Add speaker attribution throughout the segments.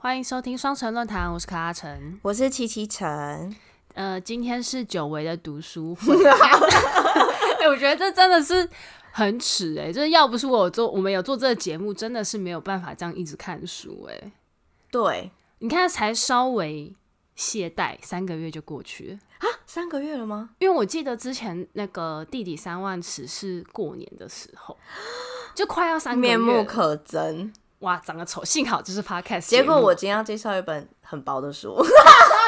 Speaker 1: 欢迎收听双城论坛，我是卡阿成。
Speaker 2: 我是七七陈，
Speaker 1: 呃，今天是久违的读书 会， 哎，我觉得这真的是很耻哎、就是要不是我有做，我们有做这个节目，真的是没有办法这样一直看书哎、
Speaker 2: 对
Speaker 1: 你看，才稍微懈怠三个月就过去了，
Speaker 2: 啊，三个月了吗？
Speaker 1: 因为我记得之前那个弟弟三万尺是过年的时候，就快要三个月
Speaker 2: 面
Speaker 1: 了，
Speaker 2: 目可憎。
Speaker 1: 哇，长得丑，幸好这是 podcast
Speaker 2: 结果
Speaker 1: 节目
Speaker 2: 我今天要介绍一本很薄的书，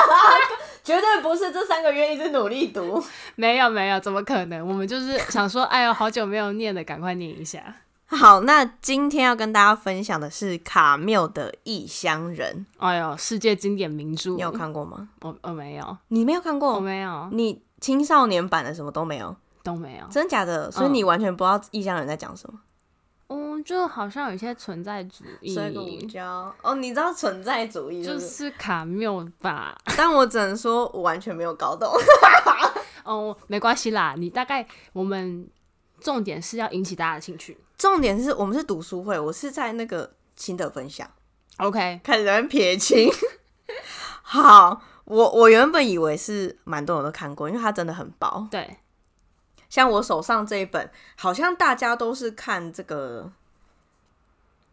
Speaker 2: 绝对不是这三个月一直努力读。
Speaker 1: 没有没有，怎么可能？我们就是想说，哎呦，好久没有念了，赶快念一下。
Speaker 2: 好，那今天要跟大家分享的是卡缪的《异乡人
Speaker 1: 哎呦，世界经典名》，著，
Speaker 2: 你有看过吗？
Speaker 1: 我我没有，
Speaker 2: 你没有看
Speaker 1: 我
Speaker 2: 过，
Speaker 1: 没有，
Speaker 2: 你青少年版的什么都没有，嗯
Speaker 1: 都没有。
Speaker 2: 真假的？所以你完全不知道《异乡人》在讲什么。
Speaker 1: 嗯，就好像有些存在主
Speaker 2: 摔个午
Speaker 1: 义，
Speaker 2: 觉哦，你知道存在主义
Speaker 1: 就
Speaker 2: 就是
Speaker 1: 是卡缪吧。
Speaker 2: 但我只能说，我完全没有搞懂。
Speaker 1: 哦，没关系啦，你大概我们重点是要引起大家的兴趣。
Speaker 2: 重点是我们是读书会，我是在那个心得分享
Speaker 1: OK，
Speaker 2: 开始在那边撇清。 好，我我原本以为是蛮多人都看过，因为它真的很薄。
Speaker 1: 对，
Speaker 2: 像我手上这一本，好像大家都是看这个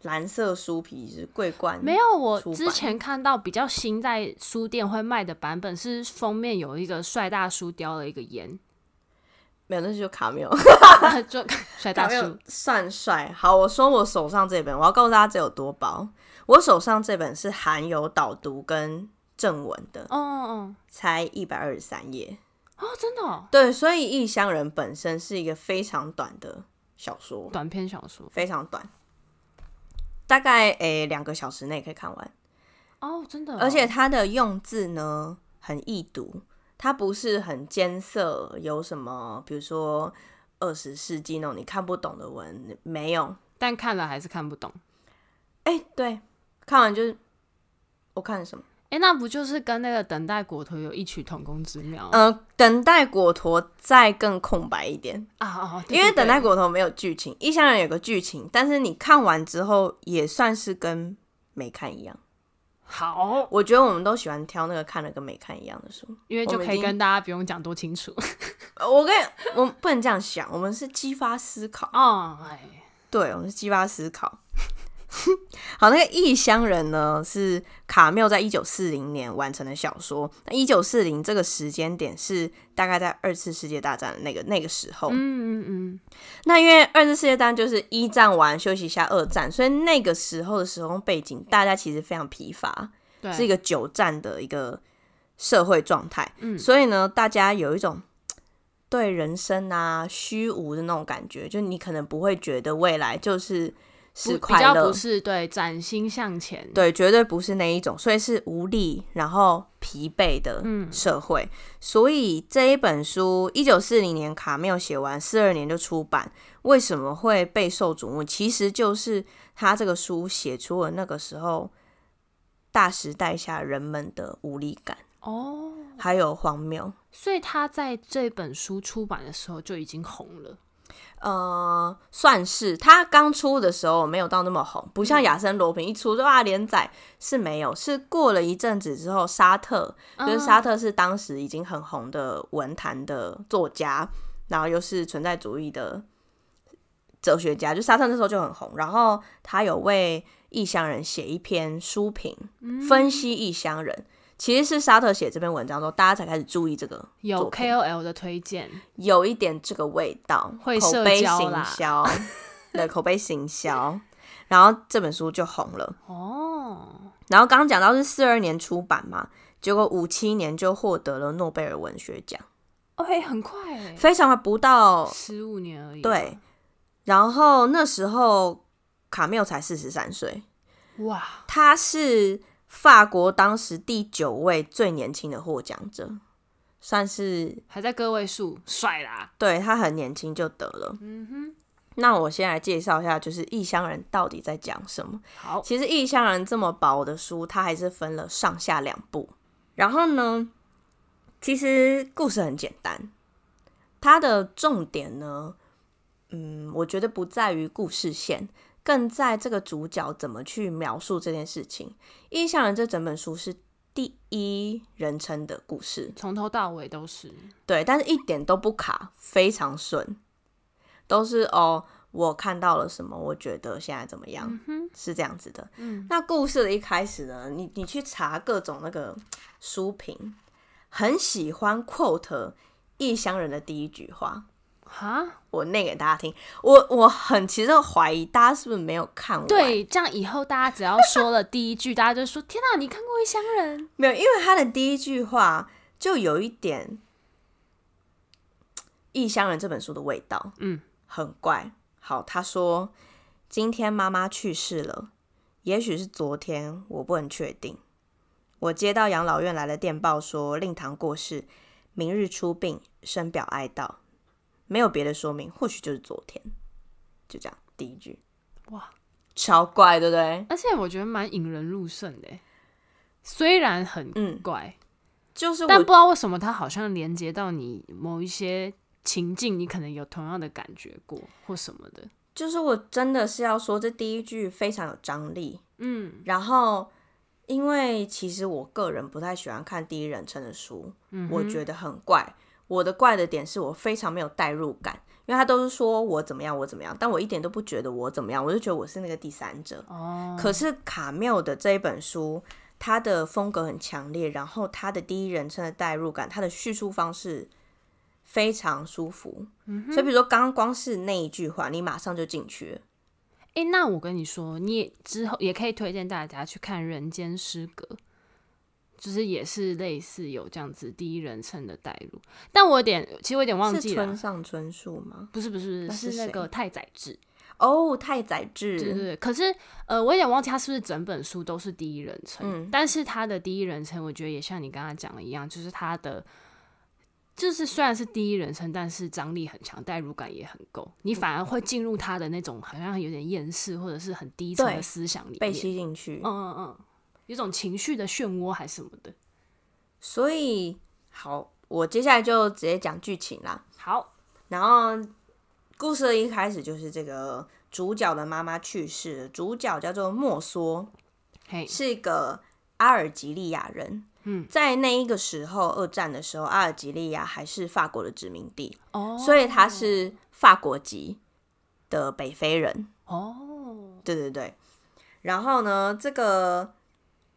Speaker 2: 蓝色书皮是桂冠，
Speaker 1: 没有我
Speaker 2: 出版
Speaker 1: 之前看到比较新在书店会卖的版本是封面有一个帅大叔叼了一个烟，
Speaker 2: 没有，那就卡缪。
Speaker 1: 就 帅大
Speaker 2: 没
Speaker 1: 叔
Speaker 2: 有算帅。好，我说我手上这本，我要告诉大家这有多薄。我手上这本是含有导读跟正文的，
Speaker 1: 哦哦
Speaker 2: 才一百二十三页。
Speaker 1: 哦，哦，真的、哦、
Speaker 2: 对，所以《异乡人》本身是一个非常短的小说，
Speaker 1: 短篇小说
Speaker 2: 非常短，大概诶两、个小时内可以看完。
Speaker 1: 哦，真的哦、
Speaker 2: 而且它的用字呢很易读，它不是很艰涩，有什么比如说二十世纪那种你看不懂的文没有。
Speaker 1: 但看了还是看不懂。
Speaker 2: 哎、对，看完就是我看了什么？
Speaker 1: 哎、那不就是跟那个等待果陀有异曲同工之妙？
Speaker 2: 嗯、等待果陀再更空白一点。
Speaker 1: 啊啊，对
Speaker 2: 因为
Speaker 1: 对
Speaker 2: 等待
Speaker 1: 对
Speaker 2: 果头没有剧情，异乡人有个剧情，但是你看完之后也算是跟没看一样。
Speaker 1: 好，
Speaker 2: 我觉得我们都喜欢挑那个看了跟没看一样的书。
Speaker 1: 因为就
Speaker 2: 我们
Speaker 1: 可以
Speaker 2: 已经
Speaker 1: 跟大家不用讲多清 楚
Speaker 2: 呃我跟你，我们不能这样想，我们是激发思考，
Speaker 1: 哦。哎，
Speaker 2: 对，我们是激发思考。 好，那个《异乡人》呢，是卡缪在一九四零年完成的小说。那一九四零这个时间点是大概在二次世界大战的那个那个时候。
Speaker 1: 嗯嗯嗯，
Speaker 2: 那因为二次世界大战就是一战完休息一下，二战，所以那个时候的时空背景，大家其实非常疲乏，
Speaker 1: 对，
Speaker 2: 是一个久战的一个社会状态。
Speaker 1: 嗯
Speaker 2: 所以呢，大家有一种嘖对人生啊虚无的那种感觉，就你可能不会觉得未来就是是
Speaker 1: 不比
Speaker 2: 快
Speaker 1: 较
Speaker 2: 乐
Speaker 1: 不，是对崭新向前，
Speaker 2: 对，绝对不是那一种，所以是无力然后疲惫的社会。所以这一本书，一九四零年卡缪写完，四二年就出版，为什么会备受瞩目？其实就是他这个书写出了那个时候大时代下人们的无力感，
Speaker 1: 哦，
Speaker 2: 还有荒谬。
Speaker 1: 所以他在这本书出版的时候就已经红了。
Speaker 2: 呃，算是他刚出的时候没有到那么红，不像亚森罗平一出就啊连载是没有，是过了一阵子之后，沙特就是
Speaker 1: 嗯
Speaker 2: 沙特是当时已经很红的文坛的作家，然后又是存在主义的哲学家，就沙特那时候就很红。然后他有为异乡人写一篇书评，
Speaker 1: 嗯
Speaker 2: 分析异乡人，其实是沙特写这篇文章之后，大家才开始注意这个
Speaker 1: 有
Speaker 2: 作品
Speaker 1: KOL 的推荐，
Speaker 2: 有一点这个味道，
Speaker 1: 会
Speaker 2: 口
Speaker 1: 社
Speaker 2: 碑
Speaker 1: 交
Speaker 2: 行
Speaker 1: 啦
Speaker 2: 销，对，口碑行销。然后这本书就红了。
Speaker 1: 哦，
Speaker 2: 然后刚刚讲到是四二年出版嘛，结果五七年就获得了诺贝尔文学奖，
Speaker 1: 哦，哎，很快哎，
Speaker 2: 非常的不到
Speaker 1: 十五年而已。
Speaker 2: 欸对，。然后那时候卡缪才四十三岁，
Speaker 1: 哇，
Speaker 2: 他是法国当时第九位最年轻的获奖者，算是
Speaker 1: 还在个位数，帅啦！
Speaker 2: 对他很年轻就得了。
Speaker 1: 嗯
Speaker 2: 那我先来介绍一下，就是《异乡人》到底在讲什么。
Speaker 1: 哼，好，
Speaker 2: 其实《异乡人》这么薄的书，它还是分了上下两部。然后呢，其实故事很简单，它的重点呢，嗯，我觉得不在于故事线，更在这个主角怎么去描述这件事情。《异乡人》这整本书是第一人称的故事，
Speaker 1: 从头到尾都是。
Speaker 2: 对，但是一点都不卡，非常顺，都是哦，我看到了什么，我觉得现在怎么样，是这样子的。嗯，那故事的一开始呢，你你去查各种那个书评，很喜欢 quote 异乡人的第一句话，
Speaker 1: 哈，
Speaker 2: 我念给大家听。我我很其实怀疑大家是不是没有看完，，
Speaker 1: 对，这样以后大家只要说了第一句，大家就说：“天哪、你看过《异乡人》
Speaker 2: 没有，因为他的第一句话就有一点《异乡人》这本书的味道，
Speaker 1: 嗯，
Speaker 2: 很怪。好，他说今天妈妈去世了，也许是昨天，我不能确定。我接到养老院来的电报说令堂过世，明日出殡，深表哀悼。没有别的说明，或许就是昨天，就这样。第一句，
Speaker 1: 哇，
Speaker 2: 超怪，对不对？
Speaker 1: 而且我觉得蛮引人入胜的欸，虽然很
Speaker 2: 嗯，
Speaker 1: 怪，
Speaker 2: 就是
Speaker 1: 但
Speaker 2: 我
Speaker 1: 不知道为什么它好像连接到你某一些情境，你可能有同样的感觉过或什么的。
Speaker 2: 就是我真的是要说，这第一句非常有张力。
Speaker 1: 嗯
Speaker 2: 然后，因为其实我个人不太喜欢看第一人称的书，
Speaker 1: 嗯哼，
Speaker 2: 我觉得很怪。我的怪的点是我非常没有代入感，因为他都是说我怎么样，我怎么样，但我一点都不觉得我怎么样，我就觉得我是那个第三者。
Speaker 1: 哦，
Speaker 2: 可是卡缪的这一本书，它的风格很强烈，然后它的第一人称的代入感，它的叙述方式非常舒服。所以，比如说刚刚光是那一句话，你马上就进去了。
Speaker 1: 诶，那我跟你说，你也之后也可以推荐大家去看《人间失格》，就是也是类似有这样子第一人称的代入，但我有点，其实我有点忘
Speaker 2: 是
Speaker 1: 记了
Speaker 2: 村。上春树吗？
Speaker 1: 不是不是
Speaker 2: 那
Speaker 1: 是
Speaker 2: 是
Speaker 1: 那
Speaker 2: 谁
Speaker 1: 个太宰治，
Speaker 2: 哦，太宰
Speaker 1: 对对
Speaker 2: 治。
Speaker 1: 对。可是呃，我有点忘记他是不是整本书都是第一人称，
Speaker 2: 嗯
Speaker 1: 但是他的第一人称，我觉得也像你刚刚讲的一样，就是他的就是虽然是第一人称，但是张力很强，代入感也很够，你反而会进入他的那种好像有点厌世或者是很低层的
Speaker 2: 对
Speaker 1: 思想里
Speaker 2: 被
Speaker 1: 面，
Speaker 2: 吸进去。
Speaker 1: 嗯嗯嗯，有种情绪的漩涡还是什么的。
Speaker 2: 所以，好，我接下来就直接讲剧情啦。
Speaker 1: 好，
Speaker 2: 然后，故事的一开始就是这个主角的妈妈去世了，主角叫做莫梭，
Speaker 1: 嘿，
Speaker 2: 是一个阿尔及利亚人。
Speaker 1: 嗯，
Speaker 2: 在那一个时候，二战的时候，阿尔及利亚还是法国的殖民地，
Speaker 1: 哦，
Speaker 2: 所以他是法国籍的北非人。
Speaker 1: 哦，
Speaker 2: 对对对。然后呢，这个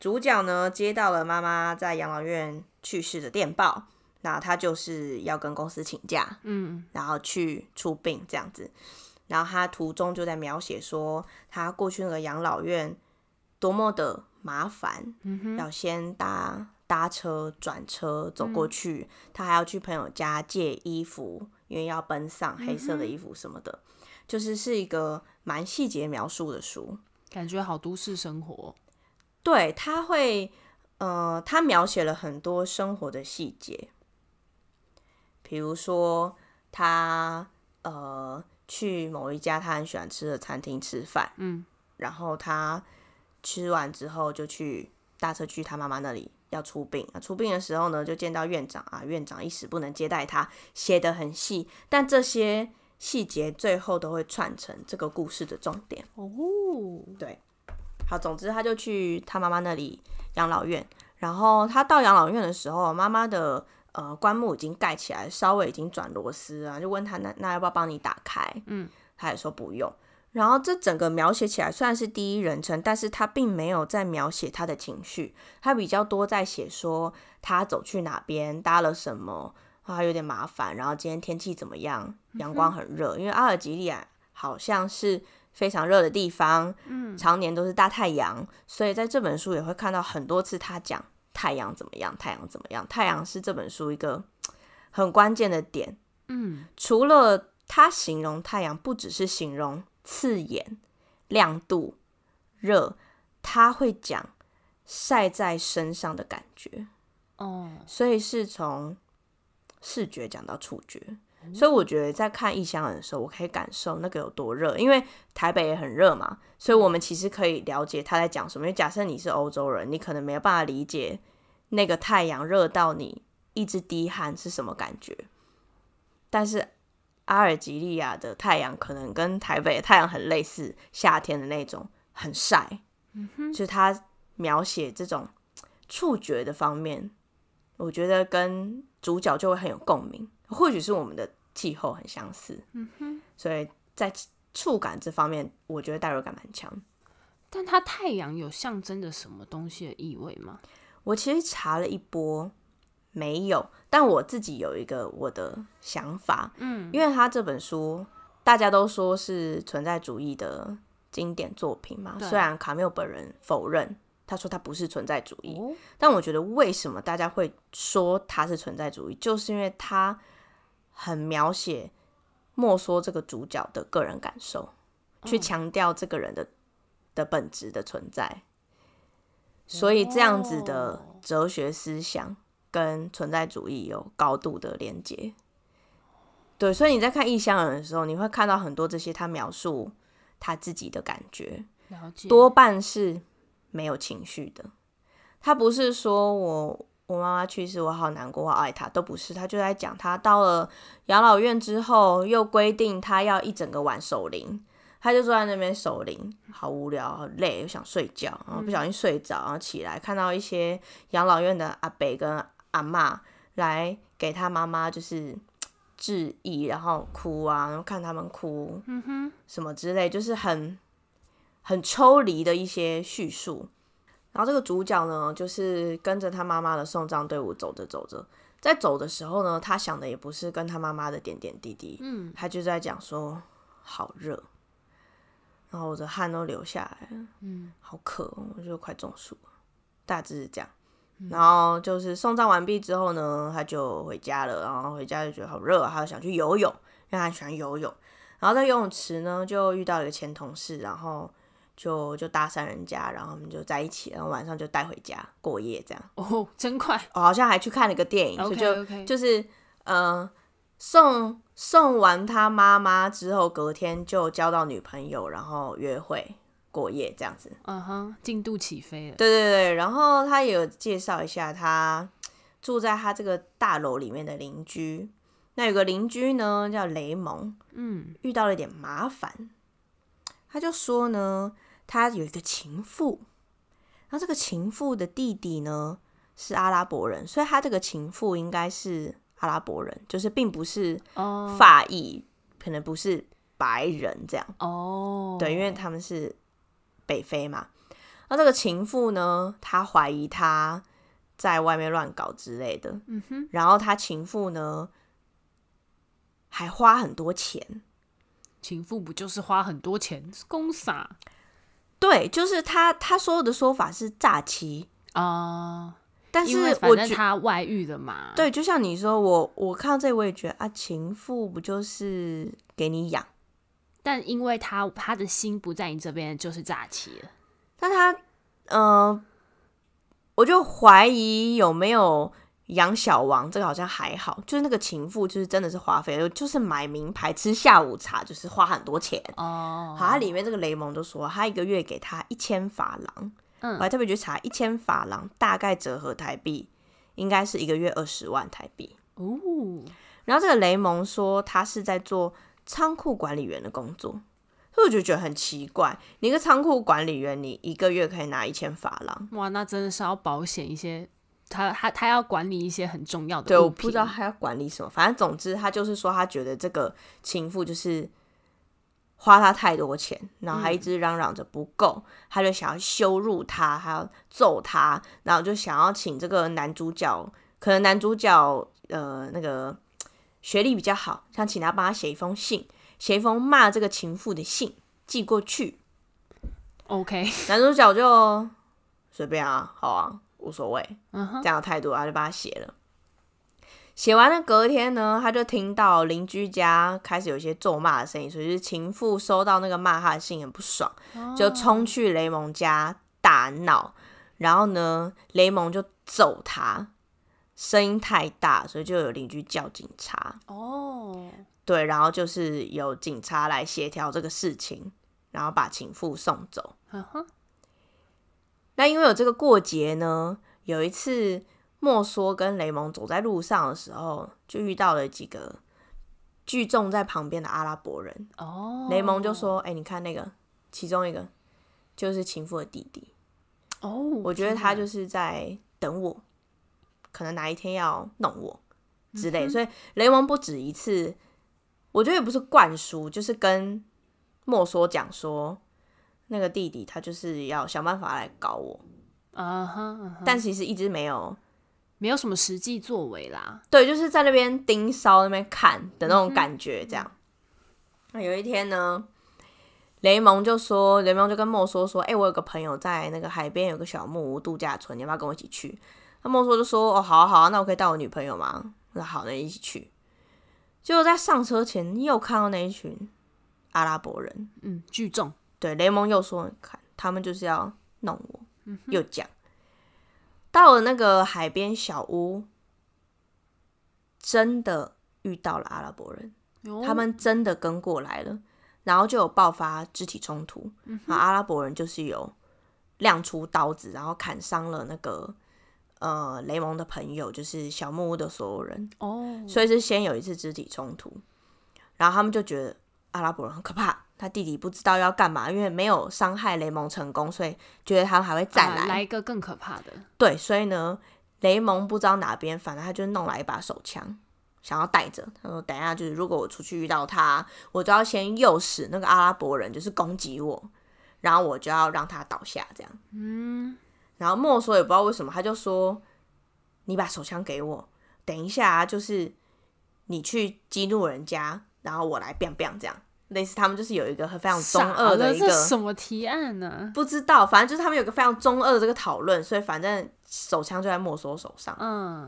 Speaker 2: 主角呢接到了妈妈在养老院去世的电报，那他就是要跟公司请假，
Speaker 1: 嗯，
Speaker 2: 然后去出殡这样子。然后他途中就在描写说，他过去那个养老院多么的麻烦，要先搭搭车、转车走过去，他还要去朋友家借衣服，因为要奔丧黑色的衣服什么的，就是是一个蛮细节描述的书。
Speaker 1: 感觉好都市生活哦，
Speaker 2: 对，他会，呃，他描写了很多生活的细节，比如说他呃去某一家他很喜欢吃的餐厅吃饭，
Speaker 1: 嗯，
Speaker 2: 然后他吃完之后就去搭车去他妈妈那里要出殡。啊，出殡的时候呢，就见到院长啊，院长一时不能接待他，写的很细，但这些细节最后都会串成这个故事的重点。
Speaker 1: 哦，
Speaker 2: 好，总之他就去他妈妈那里养老院，然后他到养老院的时候，妈妈的呃棺木已经盖起来，稍微已经转螺丝啊，就问他那那要不要帮你打开？
Speaker 1: 嗯，
Speaker 2: 他也说不用。然后这整个描写起来虽然是第一人称，但是他并没有在描写他的情绪，他比较多在写说他走去哪边搭了什么，啊有点麻烦，然后今天天气怎么样，阳光很热，因为阿尔及利亚好像是非常热的地方，常年都是大太阳，所以在这本书也会看到很多次他讲太阳怎么样，太阳怎么样，太阳是这本书一个嘖很关键的点。
Speaker 1: 嗯，
Speaker 2: 除了他形容太阳，不只是形容刺眼、亮度、热，他会讲晒在身上的感觉，
Speaker 1: 哦，
Speaker 2: 所以是从视觉讲到触觉。所以我觉得在看《异乡人》的时候，我可以感受那个有多热，因为台北也很热嘛，所以我们其实可以了解他在讲什么。因为假设你是欧洲人，你可能没有办法理解那个太阳热到你一直滴汗是什么感觉，但是阿尔及利亚的太阳可能跟台北的太阳很类似，夏天的那种很晒。嗯哼，就是他描写这种触觉的方面，我觉得跟主角就会很有共鸣，或许是我们的气候很相似。嗯哼，所以在触感这方面，我觉得代入感蛮强。
Speaker 1: 但它太阳有象征着什么东西的意味吗？
Speaker 2: 我其实查了一波，没有，但我自己有一个我的想法，嗯，因为他这本书大家都说是存在主义的经典作品嘛，
Speaker 1: 对
Speaker 2: 虽然卡缪本人否认，他说他不是存在主义，
Speaker 1: 哦，
Speaker 2: 但我觉得为什么大家会说它是存在主义，就是因为它很描写莫说这个主角的个人感受，去强调这个人的的本质的存在。所以这样子的
Speaker 1: 哦
Speaker 2: 哲学思想跟存在主义有高度的连接。对，所以你在看《异乡人》的时候，你会看到很多这些他描述他自己的感觉，
Speaker 1: 了解。
Speaker 2: 多半是没有情绪的。他不是说我我妈妈去世，我好难过，我好爱她，都不是。他就在讲他到了养老院之后，又规定他要一整个晚守灵，他就坐在那边守灵，好无聊，好累，又想睡觉，然后不小心睡着，然后起来看到一些养老院的阿伯跟阿嬷来给他妈妈就是。致意，然后哭啊，然后看他们哭，嗯哼，什么之类，就是很很抽离的一些叙述。然后这个主角呢，就是跟着他妈妈的送葬队伍走着走着，在走的时候呢，他想的也不是跟他妈妈的点点滴滴，嗯，他就在讲说好热，然后我的汗都流下来了，嗯，好渴哦，我就快中暑了，大致是这样。然后就是送葬完毕之后呢，他就回家了。然后回家就觉得好热啊，他就想去游泳，因为他很喜欢游泳。然后在游泳池呢，就遇到一个前同事，然后就就搭讪人家，然后我们就在一起，然后晚上就带回家过夜这样。
Speaker 1: 哦，真 快。
Speaker 2: 我、好像还去看了个电影
Speaker 1: OK
Speaker 2: 所以就
Speaker 1: OK，
Speaker 2: 就是呃送送完他妈妈之后，隔天就交到女朋友，然后约会过夜这样子。
Speaker 1: 嗯哼，进度起飞了。
Speaker 2: 对对对，然后他也有介绍一下他住在他这个大楼里面的邻居。那有个邻居呢叫雷蒙，
Speaker 1: 嗯，
Speaker 2: 遇到了一点麻烦，他就说呢，他有一个情妇，然后这个情妇的弟弟呢是阿拉伯人，所以他这个情妇应该是阿拉伯人，就是并不是
Speaker 1: 哦
Speaker 2: 法裔，可能不是白人这样。
Speaker 1: 哦，
Speaker 2: 对，因为他们是北非嘛。那这个情妇呢，她怀疑他在外面乱搞之类的，
Speaker 1: 嗯哼，
Speaker 2: 然后他情妇呢还花很多钱。
Speaker 1: 情妇不就是花很多钱公傻
Speaker 2: 对，就是他他所有的说法是诈欺，
Speaker 1: 啊？
Speaker 2: 但是
Speaker 1: 因为反
Speaker 2: 我
Speaker 1: 正
Speaker 2: 觉
Speaker 1: 他外遇了嘛。，
Speaker 2: 对，就像你说，我我看到这我也觉得啊，情妇不就是给你养？
Speaker 1: 但因为他他的心不在你这边，就是诈欺了。
Speaker 2: 但他，嗯、我就怀疑有没有养小王，这个好像还好，就是那个情妇，就是真的是花费，就是买名牌、吃下午茶，就是花很多钱。
Speaker 1: 哦，
Speaker 2: 好，它里面这个雷蒙就说，他一个月给他一千法郎，
Speaker 1: 嗯
Speaker 2: 我还特别去查，一千法郎大概折合台币，应该是一个月二十万台币。
Speaker 1: 哦，
Speaker 2: 然后这个雷蒙说他是在做仓库管理员的工作，所以我就觉得很奇怪，你一个仓库管理员，你一个月可以拿一千法郎，
Speaker 1: 哇，那真的是要保险一些，他他他要管理一些很重要的
Speaker 2: 对，
Speaker 1: 物
Speaker 2: 我
Speaker 1: 品
Speaker 2: 不知道他要管理什么，反正总之他就是说他觉得这个情妇就是。花他太多钱，然后还一直嚷嚷着不够，他就想要羞辱他，还要揍他，然后就想要请这个男主角，可能男主角呃那个学历比较好，想请他帮他写一封信，写一封骂这个情妇的信寄过去。
Speaker 1: OK，
Speaker 2: 男主角就随便啊，好啊，无所谓，
Speaker 1: 嗯哼，
Speaker 2: 这样的态度，他就帮他写了。写完了隔天呢，他就听到邻居家开始有一些咒骂的声音，所以就是情妇收到那个骂他的信很不爽，就冲去雷蒙家大闹。然后呢，雷蒙就揍他，声音太大，所以就有邻居叫警察。
Speaker 1: 哦，
Speaker 2: 对，然后就是由警察来协调这个事情，然后把情妇送走。
Speaker 1: 嗯哼，
Speaker 2: 那因为有这个过节呢，有一次莫说跟雷蒙走在路上的时候，就遇到了几个聚众在旁边的阿拉伯人，
Speaker 1: 哦，
Speaker 2: 雷蒙就说：“哎、你看那个，其中一个就是情妇的弟弟，
Speaker 1: 哦，
Speaker 2: 我觉得
Speaker 1: 天
Speaker 2: 他
Speaker 1: 哪
Speaker 2: 就是在等我，可能哪一天要弄我之
Speaker 1: 嗯
Speaker 2: 类。所以雷蒙不止一次，我觉得也不是灌输，就是跟莫说讲说，那个弟弟他就是要想办法来搞我，
Speaker 1: 啊哈，嗯哼
Speaker 2: 但其实一直没有。
Speaker 1: 没有什么实际作为啦。
Speaker 2: 对，就是在那边盯梢那边看的那种感觉，这样。那有一天呢，雷蒙就说，雷蒙就跟莫说说，哎、我有个朋友在那个海边有个小木屋度假村，你要不要跟我一起去？那莫说就说，哦，好啊好啊，那我可以带我女朋友吗？我说好，那一起去。结果在上车前又看到那一群阿拉伯人，
Speaker 1: 嗯，聚众，
Speaker 2: 对，雷蒙又说：“看，他们就是要弄我。又讲到了那个海边小屋，真的遇到了阿拉伯人，
Speaker 1: 哦
Speaker 2: 他们真的跟过来了，然后就有爆发肢体冲突。然后阿拉伯人就是有亮出刀子，然后砍伤了那个呃雷蒙的朋友，就是小木屋的所有人。
Speaker 1: 哦，
Speaker 2: 所以是先有一次肢体冲突，然后他们就觉得阿拉伯人很可怕，他弟弟不知道要干嘛，因为没有伤害雷蒙成功，所以觉得他们还会再来。
Speaker 1: 啊来一个更可怕的，
Speaker 2: 对，所以呢，雷蒙不知道哪边，反正他就弄来一把手枪，想要带着。他说：“等一下，就是如果我出去遇到他，我就要先诱使那个阿拉伯人就是攻击我，然后我就要让他倒下这样。”嗯，然后莫说也不知道为什么，他就说：“你把手枪给我，等一下、啊、就是你去激怒人家，然后我来 biang biang 这样。”类似他们就是有一个很非常中二的一
Speaker 1: 傻
Speaker 2: 个
Speaker 1: 了这什么提案呢、
Speaker 2: 不知道，反正就是他们有个非常中二的这个讨论，所以反正手枪就在莫索手上。
Speaker 1: 嗯，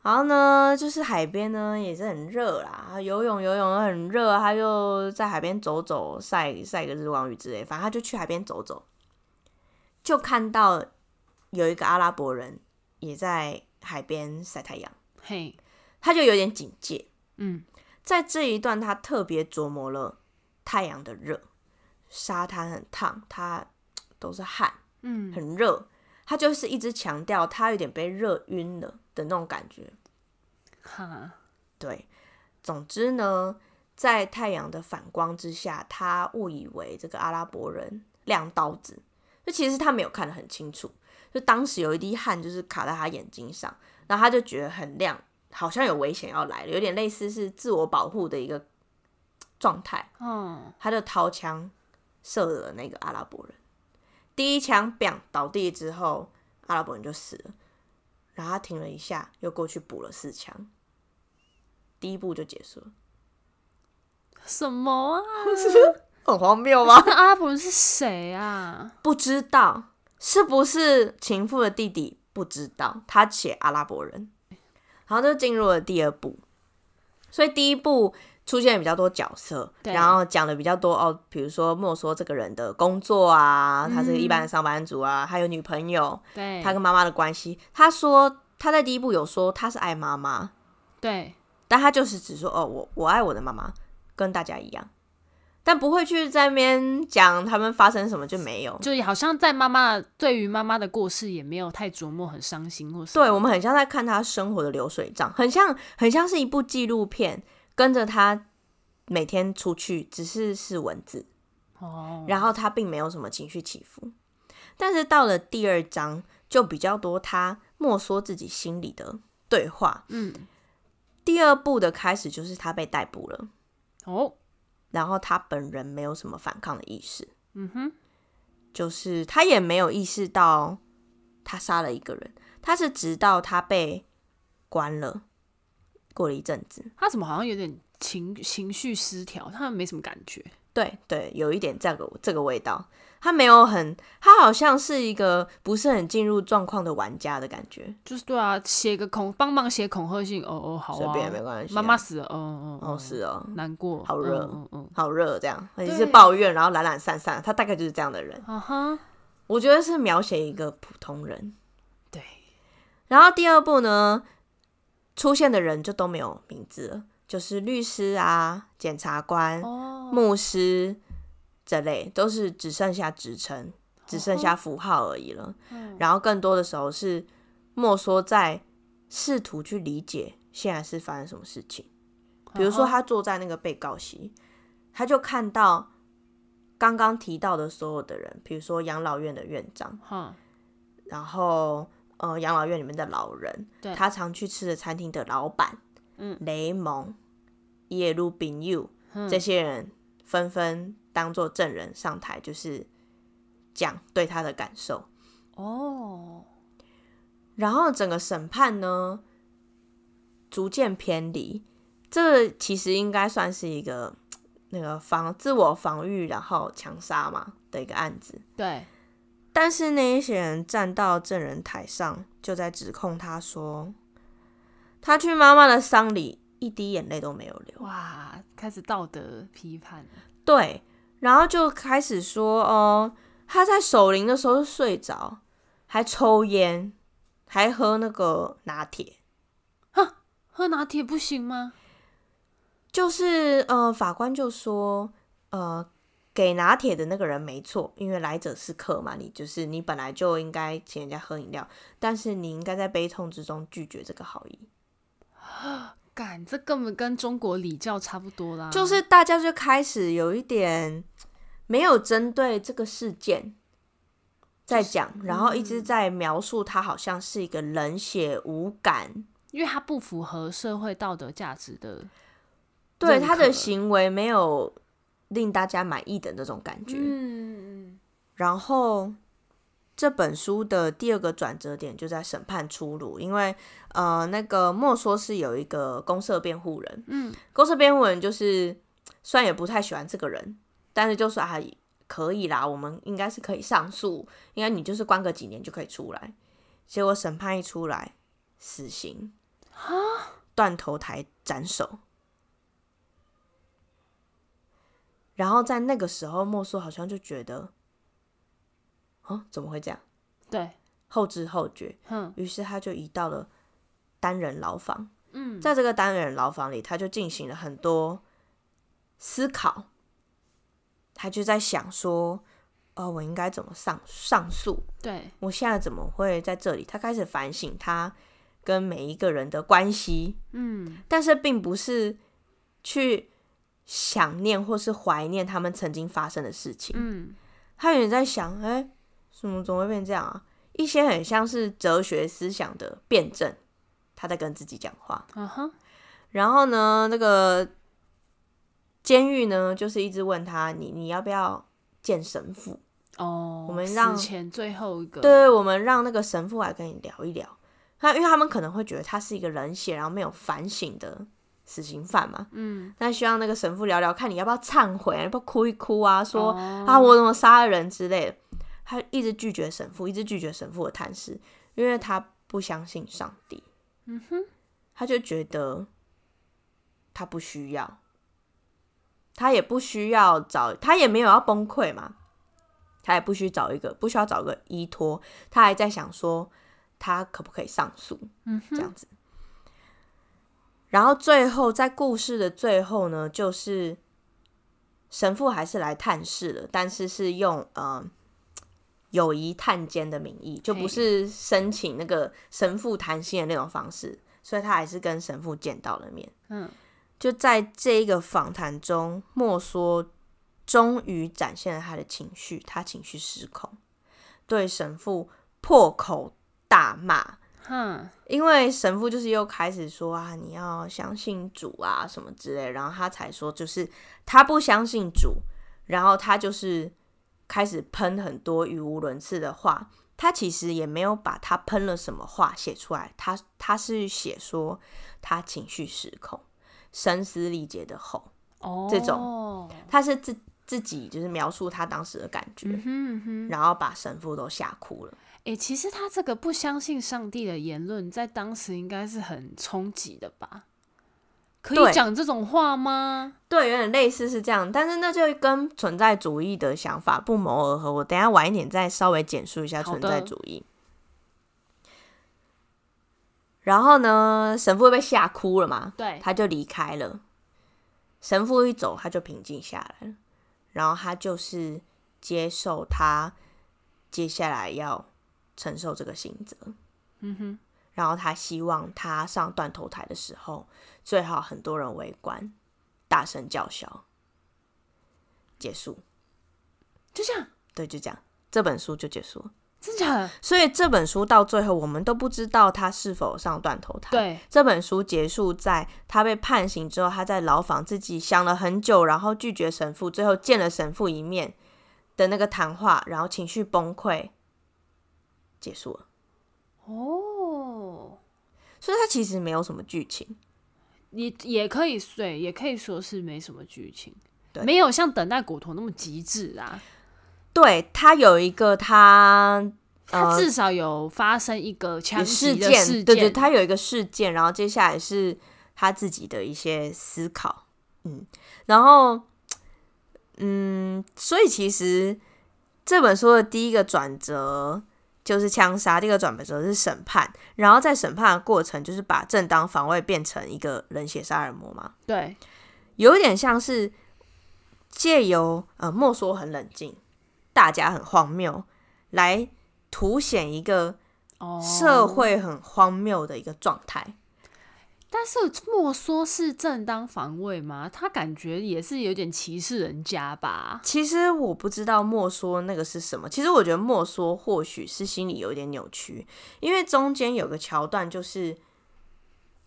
Speaker 2: 然后呢，就是海边呢也是很热啦，游泳游泳很热，他就在海边走走，晒晒个日光浴之类，反正他就去海边走走，就看到有一个阿拉伯人也在海边晒太阳，
Speaker 1: 嘿，
Speaker 2: 他就有点警戒，
Speaker 1: 嗯，
Speaker 2: 在这一段，他特别琢磨了太阳的热，沙滩很烫，他都是汗，
Speaker 1: 嗯，
Speaker 2: 很热。他就是一直强调他有点被热晕了的那种感觉。
Speaker 1: 哈，
Speaker 2: 对，总之呢，在太阳的反光之下，他误以为这个阿拉伯人亮刀子，就其实他没有看得很清楚，就当时有一滴汗就是卡在他眼睛上，然后他就觉得很亮，好像有危险要来了，有点类似是自我保护的一个状态。
Speaker 1: 哦，
Speaker 2: 他就掏枪射了那个阿拉伯人。第一枪 b 倒地之后，阿拉伯人就死了。然后他停了一下，又过去补了四枪。第一步就结束了，
Speaker 1: 什么啊？
Speaker 2: 很荒谬吗？
Speaker 1: 那阿伯是谁啊？
Speaker 2: 不知道是不是情妇的弟弟，不知道他写阿拉伯人，然后就进入了第二部。所以第一部出现了比较多角色，
Speaker 1: 对
Speaker 2: 然后讲的比较多哦，比如说莫说这个人的工作啊，他是个一般的上班族啊，他有女朋友，
Speaker 1: 对，
Speaker 2: 他跟妈妈的关系。他说他在第一部有说他是爱妈妈，
Speaker 1: 对，
Speaker 2: 但他就是只说哦，我我爱我的妈妈，跟大家一样，但不会去在那边讲他们发生什么就没有。
Speaker 1: 就也好像在妈妈对于妈妈的过世也没有太琢磨，很伤心或什么。
Speaker 2: 对，我们很像在看他生活的流水账，很像很像是一部纪录片，跟着他每天出去，只是是文字，
Speaker 1: 哦，
Speaker 2: 然后他并没有什么情绪起伏。但是到了第二章，就比较多他默说自己心里的对话。
Speaker 1: 嗯，
Speaker 2: 第二部的开始就是他被逮捕了，
Speaker 1: 哦，
Speaker 2: 然后他本人没有什么反抗的意识，
Speaker 1: 嗯哼，
Speaker 2: 就是他也没有意识到他杀了一个人，他是直到他被关了，过了一阵子，
Speaker 1: 他怎么好像有点情情绪失调？他没什么感觉。
Speaker 2: 对对，有一点这个这个味道，他没有很，他好像是一个不是很进入状况的玩家的感觉，
Speaker 1: 就是对啊，写个恐帮忙写恐吓信，哦哦好
Speaker 2: 随
Speaker 1: 啊，
Speaker 2: 便没关系啊、
Speaker 1: 妈妈死了，哦哦
Speaker 2: 哦是哦，
Speaker 1: 难过，
Speaker 2: 好热
Speaker 1: 嗯嗯
Speaker 2: 好热这样，也是
Speaker 1: 对啊
Speaker 2: 抱怨，然后懒懒散散，他大概就是这样的人
Speaker 1: 嗯，，啊哈，
Speaker 2: 我觉得是描写一个普通人。
Speaker 1: 对，
Speaker 2: 然后第二部呢，出现的人就都没有名字了，就是律师啊、检察官、
Speaker 1: 哦，
Speaker 2: 牧师这类，都是只剩下职称，只剩下符号而已
Speaker 1: 哦
Speaker 2: 了。
Speaker 1: 嗯
Speaker 2: 然后更多的时候是
Speaker 1: 嗯
Speaker 2: 莫说在试图去理解现在是发生什么事情，比如说他坐在那个被告席，他就看到刚刚提到的所有的人，比如说养老院的院长，
Speaker 1: 哈，
Speaker 2: 然后呃养老院里面的老人
Speaker 1: 对，
Speaker 2: 他常去吃的餐厅的老板，
Speaker 1: 嗯，
Speaker 2: 雷蒙、耶鲁宾佑
Speaker 1: 嗯
Speaker 2: 这些人纷纷当做证人上台，就是讲对他的感受。
Speaker 1: 哦，
Speaker 2: 然后整个审判呢逐渐偏离，这其实应该算是一个那个防自我防御然后强杀嘛的一个案子。
Speaker 1: 对，
Speaker 2: 但是那一些人站到证人台上，就在指控他说，他去妈妈的丧礼一滴眼泪都没有流。
Speaker 1: 哇，开始道德批判了，
Speaker 2: 对，然后就开始说哦，他在守灵的时候就睡着，还抽烟，还喝那个拿铁。
Speaker 1: 喝拿铁不行吗？
Speaker 2: 就是呃，法官就说，呃，给拿铁的那个人没错，因为来者是客嘛，你就是你本来就应该请人家喝饮料，但是你应该在悲痛之中拒绝这个好意。
Speaker 1: 干，这根本跟中国礼教差不多啦，
Speaker 2: 就是大家就开始有一点没有针对这个事件在讲，然后一直在描述它好像是一个冷血无感，
Speaker 1: 因为它不符合社会道德价值的，
Speaker 2: 对
Speaker 1: 认
Speaker 2: 他的
Speaker 1: 可
Speaker 2: 行为没有令大家满意的那种感觉。
Speaker 1: 嗯，
Speaker 2: 然后这本书的第二个转折点就在审判出炉，因为呃，那个莫说是有一个公社辩护人，
Speaker 1: 嗯，
Speaker 2: 公社辩护人就是虽然也不太喜欢这个人，但是就说啊，可以啦，我们应该是可以上诉，应该你就是关个几年就可以出来。结果审判一出来，死刑啊，断头台斩首。然后在那个时候，莫说好像就觉得，哦，怎么会这样？
Speaker 1: 对，
Speaker 2: 后知后觉，
Speaker 1: 嗯
Speaker 2: 于是他就移到了单人牢房。
Speaker 1: 嗯，
Speaker 2: 在这个单人牢房里，他就进行了很多思考，他就在想说，哦，我应该怎么上上诉？
Speaker 1: 对，
Speaker 2: 我现在怎么会在这里？他开始反省他跟每一个人的关系，
Speaker 1: 嗯，
Speaker 2: 但是并不是去想念或是怀念他们曾经发生的事情。
Speaker 1: 嗯，
Speaker 2: 他有点在想，哎、什么怎么会变这样啊？一些很像是哲学思想的辩证，他在跟自己讲话。
Speaker 1: 啊哈，
Speaker 2: 然后呢，那个监狱呢，就是一直问他，你你要不要见神父？
Speaker 1: 哦，
Speaker 2: 我们
Speaker 1: 死
Speaker 2: 让
Speaker 1: 前最后一个，
Speaker 2: 对，我们让那个神父来跟你聊一聊。他因为他们可能会觉得他是一个冷血，然后没有反省的死刑犯嘛，
Speaker 1: 嗯，
Speaker 2: 那希望那个神父聊聊看，你要不要忏悔啊，要不要哭一哭啊，说、
Speaker 1: 哦
Speaker 2: 啊，我怎么杀了人之类的。他一直拒绝神父，一直拒绝神父的探视，因为他不相信上帝。嗯哼，他就觉得他不需要，他也不需要找，他也没有要崩溃嘛，他也不需找一个，不需要找个依托，他还在想说他可不可以上诉，
Speaker 1: 嗯
Speaker 2: 这样子。然后最后，在故事的最后呢，就是神父还是来探视了，但是是用呃友谊探监的名义，就不
Speaker 1: 嘿
Speaker 2: 是申请那个神父谈心的那种方式，所以他还是跟神父见到了面。
Speaker 1: 嗯，
Speaker 2: 就在这一个访谈中，莫说终于展现了他的情绪，他情绪失控，对神父破口大骂。
Speaker 1: 哈，
Speaker 2: 因为神父就是又开始说啊，你要相信主啊什么之类，然后他才说就是他不相信主，然后他就是开始喷很多语无伦次的话。他其实也没有把他喷了什么话写出来，他他是写说他情绪失控、声嘶力竭的吼，
Speaker 1: 哦，
Speaker 2: 这种他是自自己就是描述他当时的感觉，
Speaker 1: 嗯哼嗯哼，
Speaker 2: 然后把神父都吓哭了。
Speaker 1: 诶，其实他这个不相信上帝的言论，在当时应该是很冲击的吧？可
Speaker 2: 对
Speaker 1: 以讲这种话吗？
Speaker 2: 对，有点类似是这样，但是那就跟存在主义的想法不谋而合。我等一下晚一点再稍微简述一下
Speaker 1: 好
Speaker 2: 存
Speaker 1: 的
Speaker 2: 在主义。然后呢，神父被吓哭了嘛，
Speaker 1: 对，
Speaker 2: 他就离开了。神父一走，他就平静下来了，然后他就是接受他接下来要承受这个刑责。
Speaker 1: 嗯哼，
Speaker 2: 然后他希望他上断头台的时候，最好很多人围观，大声叫嚣。结束，
Speaker 1: 就这样，
Speaker 2: 对，就这样，这本书就结束了。
Speaker 1: 真假的？
Speaker 2: 所以这本书到最后，我们都不知道他是否上断头台。
Speaker 1: 对，
Speaker 2: 这本书结束在他被判刑之后，他在牢房自己想了很久，然后拒绝神父，最后见了神父一面的那个谈话，然后情绪崩溃，结束了。
Speaker 1: 哦，
Speaker 2: 所以它其实没有什么剧情，
Speaker 1: 也也可以对，也可以说是没什么剧情
Speaker 2: 对，
Speaker 1: 没有像等待果陀那么极致啊。
Speaker 2: 对，它有一个它
Speaker 1: 它至少有发生一个枪
Speaker 2: 呃有
Speaker 1: 击
Speaker 2: 事
Speaker 1: 的
Speaker 2: 件，对对，
Speaker 1: 件
Speaker 2: 他有一个事件，然后接下来是他自己的一些思考，嗯，然后，嗯，所以其实这本书的第一个转折就是枪杀，第二个转折是审判，然后在审判的过程就是把正当防卫变成一个人血杀人魔嘛，
Speaker 1: 对
Speaker 2: 有点像是借由呃莫说很冷静，大家很荒谬，来凸显一个。
Speaker 1: 哦，
Speaker 2: 社。会很荒谬的一个状态。
Speaker 1: 但是莫说是正当防卫吗？他感觉也是有点歧视人家吧？
Speaker 2: 其实我不知道莫说那个是什么，其实我觉得莫说或许是心里有一点扭曲，因为中间有个桥段就是，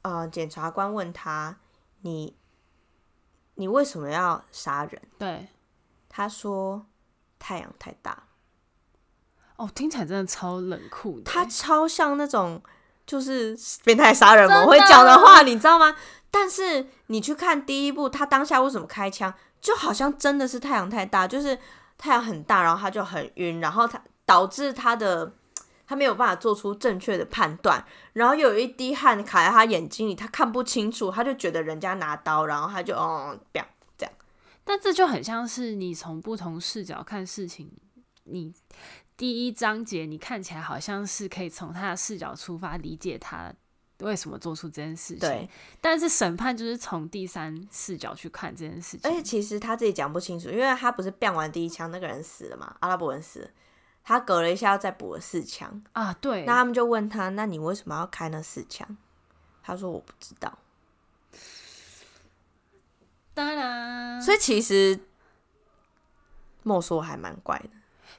Speaker 2: 呃，检察官问他你你为什么要杀人？
Speaker 1: 对，
Speaker 2: 他说太阳太大了，
Speaker 1: 哦，听起来真的超冷酷的。
Speaker 2: 他超像那种。就是变态杀人魔
Speaker 1: 真的
Speaker 2: 会讲的话，你知道吗？但是你去看第一部，他当下为什么开枪，就好像真的是太阳太大，就是太阳很大，然后他就很晕，然后他导致他的他没有办法做出正确的判断，然后又有一滴汗卡在他眼睛里，他看不清楚，他就觉得人家拿刀，然后他就哦，不要这样，
Speaker 1: 但这就很像是你从不同视角看事情。你第一章节你看起来好像是可以从他的视角出发理解他为什么做出这件事情
Speaker 2: 对，。
Speaker 1: 但是审判就是从第三视角去看这件事
Speaker 2: 而且
Speaker 1: 情。
Speaker 2: 其实他自己讲不清楚，因为他不是变完第一枪那个人死了嘛，阿拉伯人死了，他隔了一下要再补了四枪，
Speaker 1: 啊，对
Speaker 2: 那，他们就问他，那你为什么要开那四枪？他说我不知道。
Speaker 1: 当然，
Speaker 2: 所以其实莫说还蛮怪的，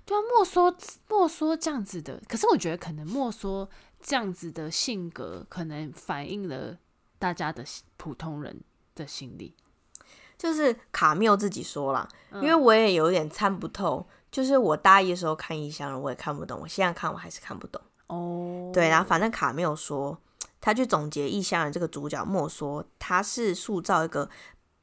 Speaker 1: 对啊，莫说莫说这样子的，可是我觉得可能莫说这样子的性格，可能反映了大家的心普通人的心理。
Speaker 2: 就是卡缪自己说啦，因为我也有点参不透。就是我大一的时候看《异乡人》，我也看不懂，我现在看我还是看不懂。
Speaker 1: 哦，
Speaker 2: 对，然后反正卡缪说，他去总结《异乡人》这个主角莫说，他是塑造一个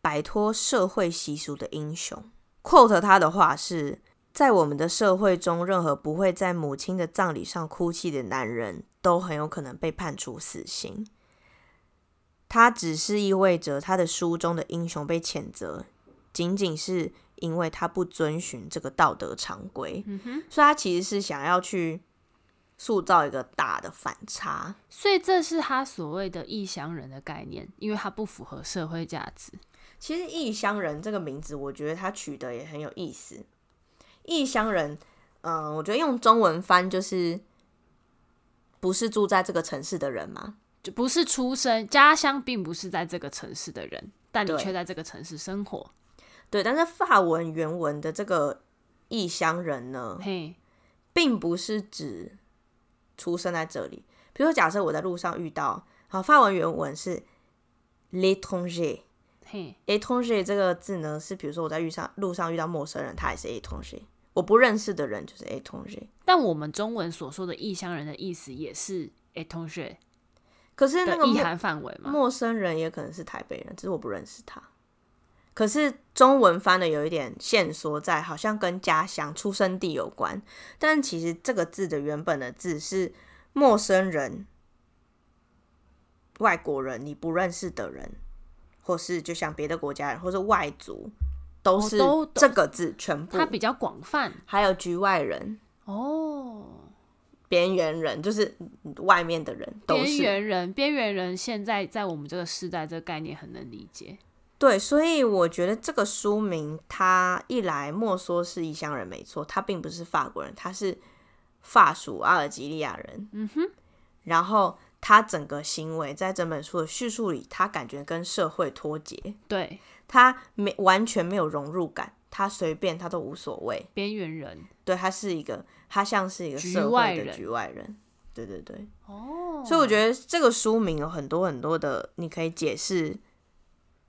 Speaker 2: 摆脱社会习俗的英雄。quote 他的话是：在我们的社会中，任何不会在母亲的葬礼上哭泣的男人，都很有可能被判处死刑。他只是意味着他的书中的英雄被谴责，仅仅是因为他不遵循这个道德常规。
Speaker 1: 嗯哼。
Speaker 2: 所以他其实是想要去塑造一个大的反差。
Speaker 1: 所以这是他所谓的异乡人的概念，因为他不符合社会价值。
Speaker 2: 其实“异乡人”这个名字，我觉得他取得也很有意思。异乡人，嗯、我觉得用中文翻就是不是住在这个城市的人嘛。
Speaker 1: 就不是出生家乡，并不是在这个城市的人，但你
Speaker 2: 对
Speaker 1: 却在这个城市生活。
Speaker 2: 对，但是法文原文的这个“异乡人”呢，
Speaker 1: 嘿，
Speaker 2: 并不是指出生在这里。比如说，假设我在路上遇到，好，法文原文是 “l'étranger”，
Speaker 1: 嘿，
Speaker 2: A 同学这个字呢，是比如说我在遇上路上遇到陌生人，他也是 A 同学；我不认识的人就是 A 同学。
Speaker 1: 但我们中文所说的异乡人的意思，也是诶同学
Speaker 2: 可是那
Speaker 1: 的
Speaker 2: 个
Speaker 1: 意
Speaker 2: 陌
Speaker 1: 涵范围嘛？
Speaker 2: 陌生人也可能是台北人，只是我不认识他。可是中文翻的有一点线索在，好像跟家乡、出生地有关，但其实这个字的原本的字是陌生人、外国人、你不认识的人，或是就像别的国家人，或是外族，都
Speaker 1: 哦
Speaker 2: 是
Speaker 1: 都都
Speaker 2: 这个字全部
Speaker 1: 它。比较广泛
Speaker 2: 还有局外人，
Speaker 1: 哦。
Speaker 2: 边缘人，就是外面的人都
Speaker 1: 边
Speaker 2: 是
Speaker 1: 缘人，边缘人现在在我们这个时代，这个概念很能理解。
Speaker 2: 对，所以我觉得这个书名，它一来莫说是异乡人没错，他并不是法国人，他是法属阿尔及利亚人。嗯哼，然后他整个行为在整本书的叙述里，他感觉跟社会脱节，
Speaker 1: 对，
Speaker 2: 他没完全没有融入感，他随便他都无所谓。
Speaker 1: 边缘人
Speaker 2: 对他是一个，他像是一个
Speaker 1: 局
Speaker 2: 社
Speaker 1: 外
Speaker 2: 会的
Speaker 1: 人
Speaker 2: 局外人。对对对，
Speaker 1: 哦
Speaker 2: 所以我觉得这个书名有很多很多的，你可以解释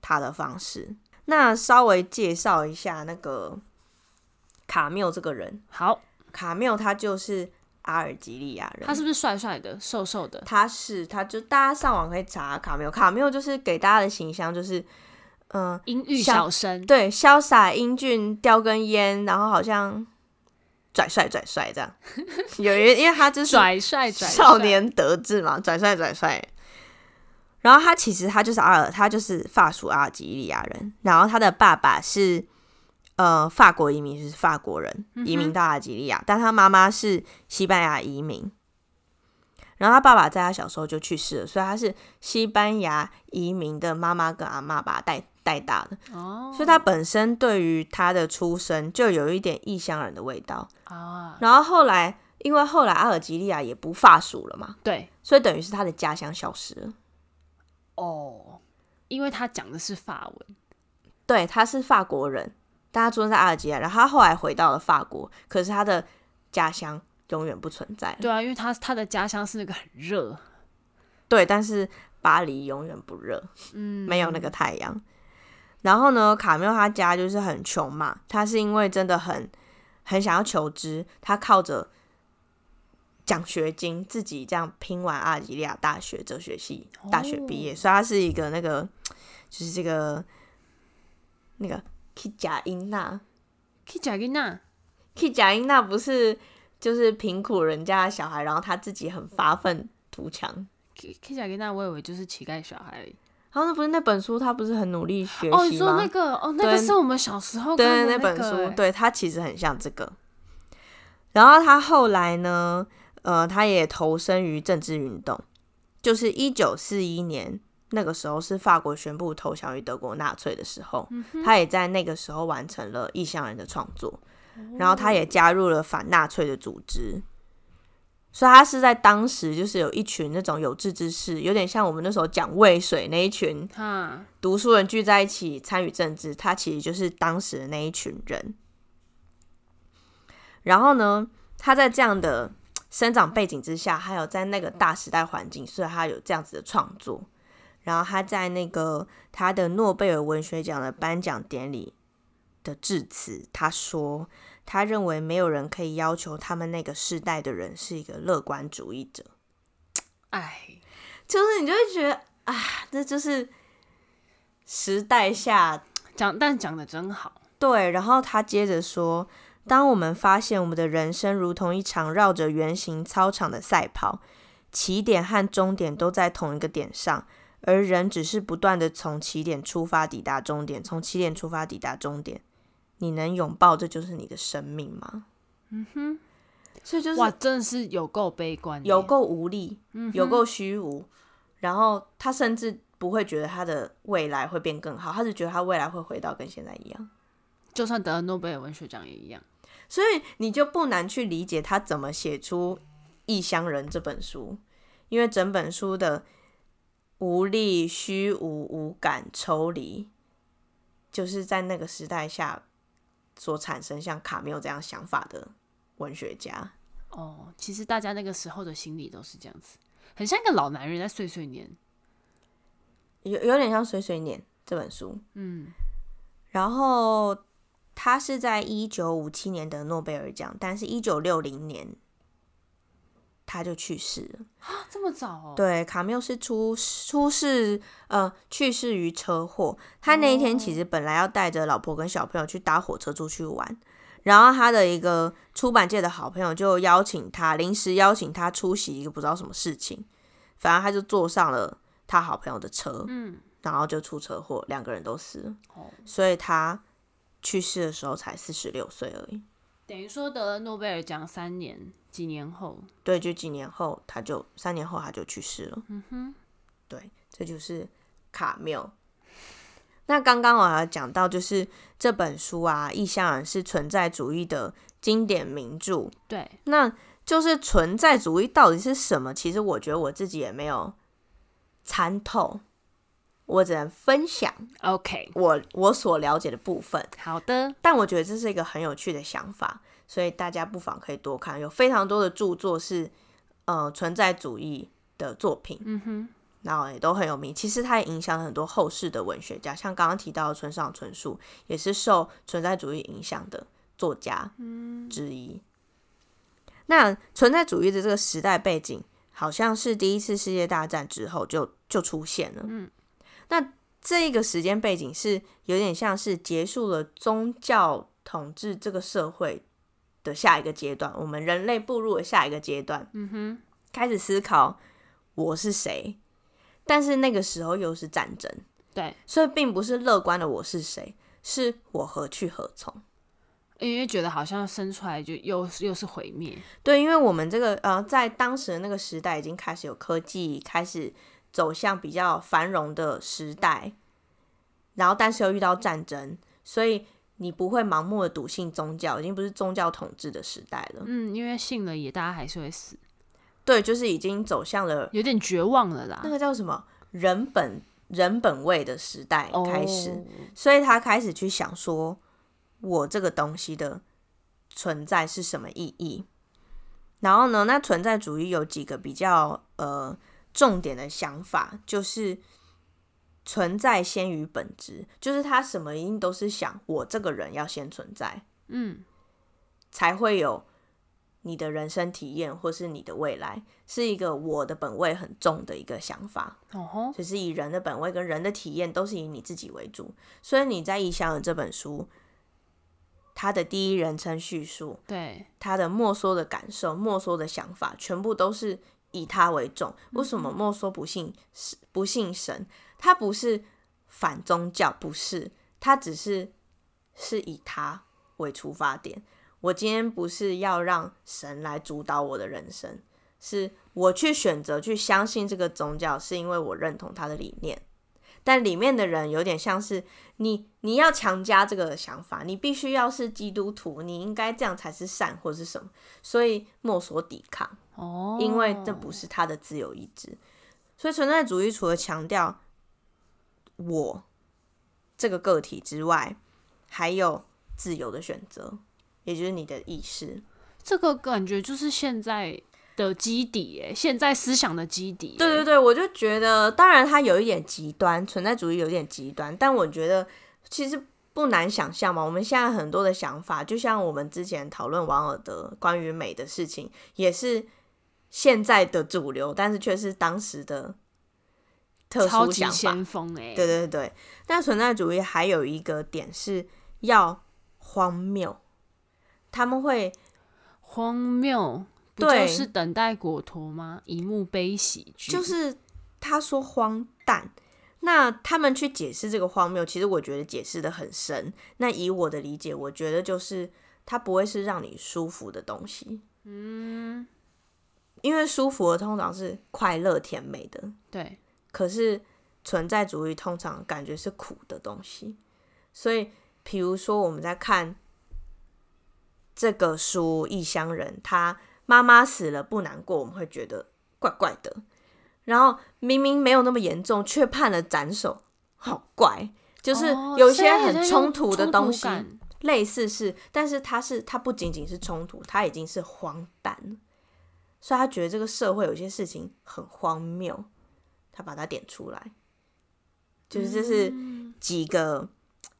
Speaker 2: 它的方式。那稍微介绍一下那个卡缪这个人，
Speaker 1: 好，
Speaker 2: 卡缪他就是阿尔及利亚人，
Speaker 1: 他是不是帅帅的、瘦瘦的？
Speaker 2: 他是他就大家上网可以查卡缪，卡缪就是给大家的形象就是，嗯、
Speaker 1: 音域
Speaker 2: 像
Speaker 1: 小生，
Speaker 2: 对，潇洒英俊，叼根烟，然后好像拽帅拽帅这样。有人因为他就是
Speaker 1: 拽帅拽帅
Speaker 2: 少，年得志嘛，拽帅拽帅。然后他其实他就是阿尔，他就是法属阿尔及利亚人，然后他的爸爸是呃法国移民，就是法国人
Speaker 1: 嗯
Speaker 2: 移民到阿尔及利亚，但他妈妈是西班牙移民。然后他爸爸在他小时候就去世了，所以他是西班牙移民的妈妈跟阿妈把他带带大的，
Speaker 1: 哦，
Speaker 2: 所以他本身对于他的出身就有一点异乡人的味道。
Speaker 1: 啊，
Speaker 2: 然后后来，因为后来阿尔及利亚也不法属了嘛，
Speaker 1: 对，
Speaker 2: 所以等于是他的家乡消失了。
Speaker 1: 哦，因为他讲的是法
Speaker 2: 嗯
Speaker 1: 文，
Speaker 2: 对，他是法国人，但他出生在阿尔及利亚，然后他后来回到了法国，可是他的家乡永远不存在了。
Speaker 1: 对啊，因为他他的家乡是那个很热，
Speaker 2: 对，但是巴黎永远不热，
Speaker 1: 嗯，
Speaker 2: 没有那个太阳。然后呢，卡缪他家就是很穷嘛，他是因为真的很很想要求知，他靠着奖学金自己这样拼完阿尔及利亚大学哲学系
Speaker 1: 哦
Speaker 2: 大学毕业，所以他是一个那个就是这个那个 k i 贾英娜
Speaker 1: k i j a g i n a
Speaker 2: k i 贾英娜不是就是贫苦人家的小孩，然后他自己很发愤图强。
Speaker 1: k i j a g i n a 我以为就是乞丐小孩而已。
Speaker 2: 然后那不是那本书，他不是很努力学习吗？
Speaker 1: 哦，你说那个哦，那个
Speaker 2: 对
Speaker 1: 是我们小时候
Speaker 2: 对
Speaker 1: 看的
Speaker 2: 那本
Speaker 1: 个
Speaker 2: 书
Speaker 1: 欸，
Speaker 2: 对它其实很像这个。然后他后来呢，呃，他也投身于政治运动，就是一九四一年那个时候是法国宣布投降于德国纳粹的时候，
Speaker 1: 嗯
Speaker 2: 他也在那个时候完成了异乡人的创作，
Speaker 1: 哦
Speaker 2: 然后他也加入了反纳粹的组织。所以他是在当时就是有一群那种有志之士，有点像我们那时候讲渭水那一群
Speaker 1: 哈，
Speaker 2: 读书人聚在一起参与政治，他其实就是当时的那一群人。然后呢，他在这样的嘖生长背景之下，还有在那个大时代环境，所以他有这样子的创作。然后他在那个他的诺贝尔文学奖的颁奖典礼的致辞，他说他认为没有人可以要求他们那个世代的人是一个乐观主义者，
Speaker 1: 哎，
Speaker 2: 就是你就会觉得啊，这就是时代下
Speaker 1: 讲但讲的真好，
Speaker 2: 对，然后他接着说：“当我们发现我们的人生如同一场绕着圆形操场的赛跑，起点和终点都在同一个点上，而人只是不断的从起点出发抵达终点，从起点出发抵达终点。你能拥抱这就是你的生命吗？”嗯哼，所以就
Speaker 1: 哇，
Speaker 2: 是嗯
Speaker 1: 真的是有够悲观的耶，
Speaker 2: 有够无力，有够虚无，然后他甚至不会觉得他的未来会变更好，他只觉得他未来会回到跟现在一样。
Speaker 1: 就算得了诺贝尔文学奖也一样。
Speaker 2: 所以你就不难去理解他怎么写出《异乡人》这本书，因为整本书的无力、虚无、无感、抽离，就是在那个时代下所产生像卡缪这样想法的文学家。
Speaker 1: 哦，其实大家那个时候的心理都是这样子，很像一个老男人在碎碎念。
Speaker 2: 有有点像《碎碎念》这本书，
Speaker 1: 嗯，
Speaker 2: 然后他是在一九五七年得诺贝尔奖，但是一九六零年他就去世了。
Speaker 1: 啊，这么早哦？
Speaker 2: 对，卡缪是出出事，呃，去世于车祸。他那一天其
Speaker 1: 哦
Speaker 2: 实本来要带着老婆跟小朋友去搭火车出去玩，然后他的一个出版界的好朋友就邀请他，临时邀请他出席一个不知道什么事情，反正他就坐上了他好朋友的车，
Speaker 1: 嗯，
Speaker 2: 然后就出车祸，两个人都死了。
Speaker 1: 哦，
Speaker 2: 所以他去世的时候才四十六岁而已。
Speaker 1: 等于说得了诺贝尔奖三年，几年后，
Speaker 2: 对，就几年后他就三年后他就去世了。
Speaker 1: 嗯哼，
Speaker 2: 对，这就是卡缪。那刚刚我还有讲到，就是这本书啊，《异乡人》是存在主义的经典名著。
Speaker 1: 对，
Speaker 2: 那就是存在主义到底是什么，其实我觉得我自己也没有参透，我只能分享
Speaker 1: OK，
Speaker 2: 我我所了解的部分。
Speaker 1: 好的，
Speaker 2: 但我觉得这是一个很有趣的想法，所以大家不妨可以多看，有非常多的著作是呃存在主义的作品，嗯哼，然后也都很有名。其实它也影响了很多后世的文学家，像刚刚提到的村上春树，也是受存在主义影响的作家之一。那存在主义的这个时代背景，好像是第一次世界大战之后就就出现了，嗯，那这一个时间背景是有点像是结束了宗教统治这个社会的下一个阶段，我们人类步入了下一个阶段，嗯哼，开始思考我是谁，但是那个时候又是战争，
Speaker 1: 对，
Speaker 2: 所以并不是乐观的我是谁，是我何去何从。
Speaker 1: 因为觉得好像生出来就又又是毁灭，
Speaker 2: 对，因为我们这个呃，在当时的那个时代已经开始有科技，开始走向比较繁荣的时代，然后但是又遇到战争，所以你不会盲目的笃信宗教，已经不是宗教统治的时代了。
Speaker 1: 嗯，因为信了也大家还是会死，
Speaker 2: 对，就是已经走向了
Speaker 1: 有点绝望了
Speaker 2: 那
Speaker 1: 啦。
Speaker 2: 个叫什么人本人本位的时代开始，
Speaker 1: 哦
Speaker 2: 所以他开始去想说，我这个东西的存在是什么意义？然后呢，那存在主义有几个比较呃重点的想法，就是存在先于本质，就是他什么一定都是想我这个人要先存在，
Speaker 1: 嗯，
Speaker 2: 才会有你的人生体验或是你的未来，是一个我的本位很重的一个想法。
Speaker 1: 哦吼，
Speaker 2: 就是以人的本位跟人的体验都是以你自己为主，所以你在《异乡人》这本书，它的第一人称叙述，
Speaker 1: 对，
Speaker 2: 它的莫说的感受、莫说的想法，全部都是以他为重。为什么莫说不信是不信神？他不是反宗教，不是，他只是是以他为出发点。我今天不是要让神来主导我的人生，是我去选择去相信这个宗教，是因为我认同他的理念。但里面的人有点像是你，你要强加这个想法，你必须要是基督徒，你应该这样才是善或是什么，所以莫所抵抗，
Speaker 1: 哦，
Speaker 2: 因为这不是他的自由意志。所以存在主义除了强调我这个个体之外，还有自由的选择，也就是你的意识。
Speaker 1: 这个感觉就是现在的基底耶，现在思想的基底耶。
Speaker 2: 对对对，我就觉得，当然它有一点极端，存在主义有点极端，但我觉得其实不难想象嘛。我们现在很多的想法，就像我们之前讨论王尔德关于美的事情，也是现在的主流，但是却是当时的特
Speaker 1: 超
Speaker 2: 殊
Speaker 1: 级
Speaker 2: 想法。
Speaker 1: 先锋哎，
Speaker 2: 对对对，但存在主义还有一个点是要荒谬，他们会
Speaker 1: 荒谬，不
Speaker 2: 对
Speaker 1: 就是等待果陀吗？一幕悲喜剧，
Speaker 2: 就是他说荒诞。那他们去解释这个荒谬，其实我觉得解释的很深。那以我的理解，我觉得就是它不会是让你舒服的东西。嗯，因为舒服的通常是快乐甜美的，
Speaker 1: 对，
Speaker 2: 可是存在主义通常感觉是苦的东西。所以，比如说我们在看这个书《异乡人》，他妈妈死了不难过，我们会觉得怪怪的。然后明明没有那么严重，却判了斩首，好怪。就是
Speaker 1: 哦
Speaker 2: 有一
Speaker 1: 所
Speaker 2: 些
Speaker 1: 以好
Speaker 2: 很
Speaker 1: 像
Speaker 2: 冲
Speaker 1: 有
Speaker 2: 突的东西，
Speaker 1: 感
Speaker 2: 类似是，但是它是它不仅仅是冲突，它已经是荒诞了，所以他觉得这个社会有些事情很荒谬，他把它点出来，就是这是几个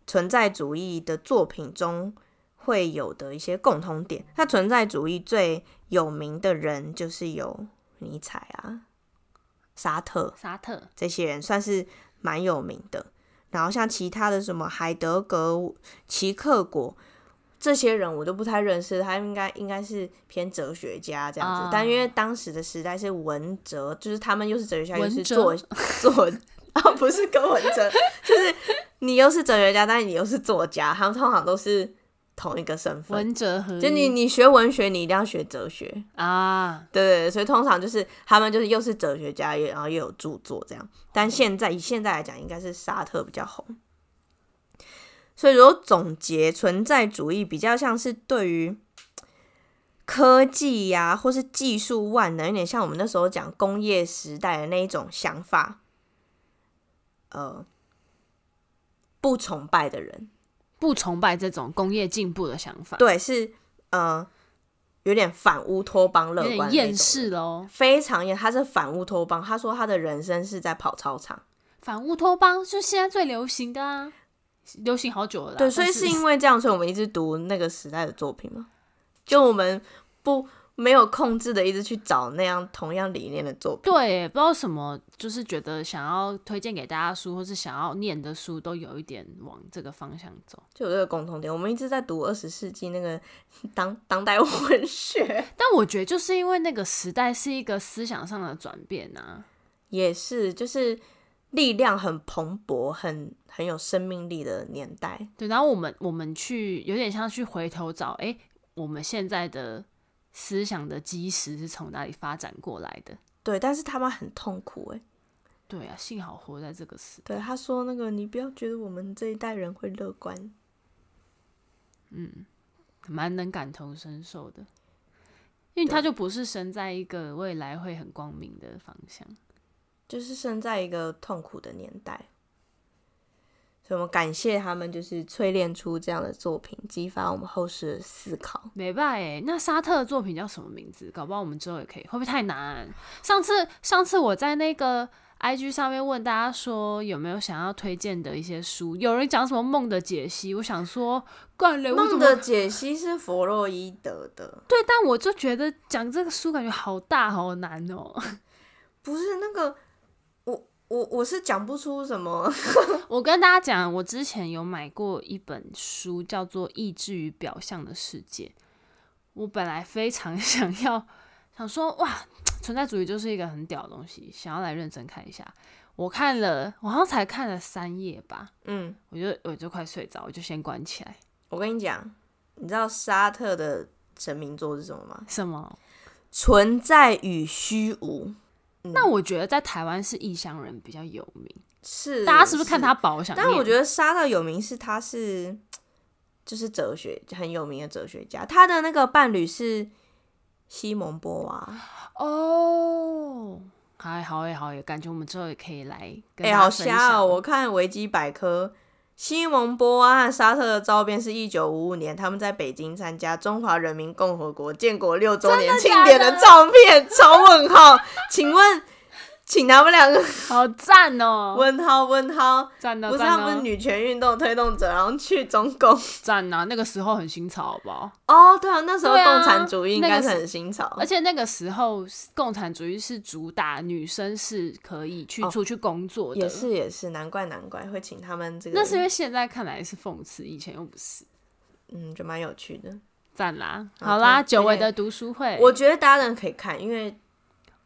Speaker 2: 存在主义的作品中会有的一些共同点。那存在主义最有名的人就是有尼采啊、沙特，
Speaker 1: 沙特
Speaker 2: 这些人算是蛮有名的。然后像其他的什么海德格、齐克果这些人，我都不太认识，他应该应该是偏哲学家这样子。
Speaker 1: 啊
Speaker 2: 但因为当时的时代是文哲，就是他们又是哲学家，又
Speaker 1: 文
Speaker 2: 是
Speaker 1: 哲
Speaker 2: 作作啊，不是跟文哲，就是你又是哲学家，但是你又是作家，他们通常都是同一个身份。
Speaker 1: 文哲和
Speaker 2: 就你你学文学，你一定要学哲学。
Speaker 1: 啊，
Speaker 2: 对对，对，所以通常就是他们就是又是哲学家，也然后又有著作这样。但现在以现在来讲，应该是沙特比较红。所以如果总结存在主义，比较像是对于科技呀、或是技术万能，有点像我们那时候讲工业时代的那一种想法，呃，不崇拜的人，
Speaker 1: 不崇拜这种工业进步的想法，
Speaker 2: 对，是呃，有点反乌托邦乐
Speaker 1: 有
Speaker 2: 观的
Speaker 1: 点
Speaker 2: 那种
Speaker 1: 厌
Speaker 2: 人
Speaker 1: 世喽。
Speaker 2: 非常厌，他是反乌托邦。他说他的人生是在跑操场，
Speaker 1: 反乌托邦就是现在最流行的啊，流行好久了啦。
Speaker 2: 对，所以
Speaker 1: 但
Speaker 2: 是因为这样，所以我们一直读那个时代的作品嘛，就我们不没有控制的一直去找那样同样理念的作品。
Speaker 1: 对，不知道什么，就是觉得想要推荐给大家书，或是想要念的书，都有一点往这个方向走。
Speaker 2: 就有这个共同点，我们一直在读二十世纪那个当当代文学，
Speaker 1: 但我觉得就是因为那个时代是一个思想上的转变啊，
Speaker 2: 也是就是力量很蓬勃、很很有生命力的年代。
Speaker 1: 对，然后我们我们去有点像去回头找，哎、我们现在的思想的基石是从哪里发展过来的？
Speaker 2: 对，但是他们很痛苦哎、
Speaker 1: 对啊，幸好活在这个时，
Speaker 2: 对，他说那个你不要觉得我们这一代人会乐观，
Speaker 1: 蛮能感同身受的，因为他就不是生在一个未来会很光明的方向。
Speaker 2: 就是生在一个痛苦的年代，所以我们感谢他们，就是淬炼出这样的作品，激发我们后世的思考。
Speaker 1: 没办哎，那沙特的作品叫什么名字？搞不好我们之后也可以，会不会太难？上次上次我在那个 IG 上面问大家说有没有想要推荐的一些书，有人讲什么梦的解析，我想说怪雷，我怎
Speaker 2: 梦
Speaker 1: 么
Speaker 2: 的解析是弗洛伊德的，
Speaker 1: 对？但我就觉得讲这个书感觉好大好难哦、
Speaker 2: 不是那个我我我是讲不出什么。
Speaker 1: 我跟大家讲，我之前有买过一本书，叫做《意志与表象的世界》。我本来非常 想要想说，哇，存在主义就是一个很屌的东西，想要来认真看一下。我看了，我好像才看了三页吧，
Speaker 2: 嗯，
Speaker 1: 我就我就快睡着，我就先关起来。
Speaker 2: 我跟你讲，你知道沙特的神明座是什么吗？
Speaker 1: 什么？
Speaker 2: 存在与虚无。
Speaker 1: 那我觉得在台湾是异乡人比较有名，
Speaker 2: 是
Speaker 1: 大家是不是看他宝想念？
Speaker 2: 但我觉得沙特有名是他是就是哲学很有名的哲学家，他的那个伴侣是西蒙波娃，
Speaker 1: 哦，还好也好也，感觉我们之后也可以来跟大
Speaker 2: 哎、
Speaker 1: 家
Speaker 2: 好
Speaker 1: 分
Speaker 2: 瞎哦！
Speaker 1: 享
Speaker 2: 我看维基百科，西蒙波娃和沙特的照片是一九五五年他们在北京参加中华人民共和国建国六周年庆
Speaker 1: 真
Speaker 2: 典
Speaker 1: 的假的
Speaker 2: 照片，超问号，请问。请他们两个
Speaker 1: 好赞哦、
Speaker 2: 问号问号，
Speaker 1: 赞
Speaker 2: 不
Speaker 1: 啊
Speaker 2: 是
Speaker 1: 赞
Speaker 2: 他们
Speaker 1: 啊
Speaker 2: 是女权运动推动者，然后去中共
Speaker 1: 赞啊！那个时候很新潮，好不好？
Speaker 2: 哦，对啊，那时候
Speaker 1: 对啊
Speaker 2: 共产主义应
Speaker 1: 那个
Speaker 2: 该是
Speaker 1: 是
Speaker 2: 很新潮，
Speaker 1: 而且那个时候共产主义是主打女生是可以去
Speaker 2: 哦
Speaker 1: 出去工作的，
Speaker 2: 也是也是，难怪难怪会请他们这个，
Speaker 1: 那是因为现在看来是讽刺，以前又不是。
Speaker 2: 嗯，就蛮有趣的。
Speaker 1: 赞啦，
Speaker 2: 好
Speaker 1: 好啦，
Speaker 2: 推
Speaker 1: 久违的读书会，
Speaker 2: 我觉得大家人可以看，因为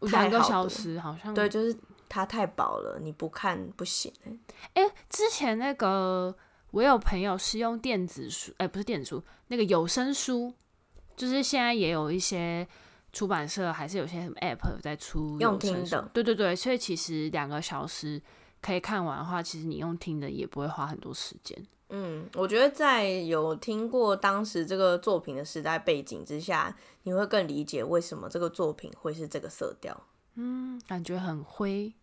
Speaker 1: 两个
Speaker 2: 太好
Speaker 1: 小
Speaker 2: 读
Speaker 1: 时好像
Speaker 2: 对，就是它太薄了，你不看不行欸、
Speaker 1: 哎、之前那个我有朋友是用电子书，哎、不是电子书，那个有声书，就是现在也有一些出版社还是有些什么 app 在出
Speaker 2: 用
Speaker 1: 有声
Speaker 2: 听
Speaker 1: 书
Speaker 2: 的
Speaker 1: 对对对，所以其实两个小时可以看完的话，其实你用听的也不会花很多时间。
Speaker 2: 嗯，我觉得在有听过当时这个作品的时代背景之下，你会更理解为什么这个作品会是这个色调。
Speaker 1: 嗯，感觉很灰。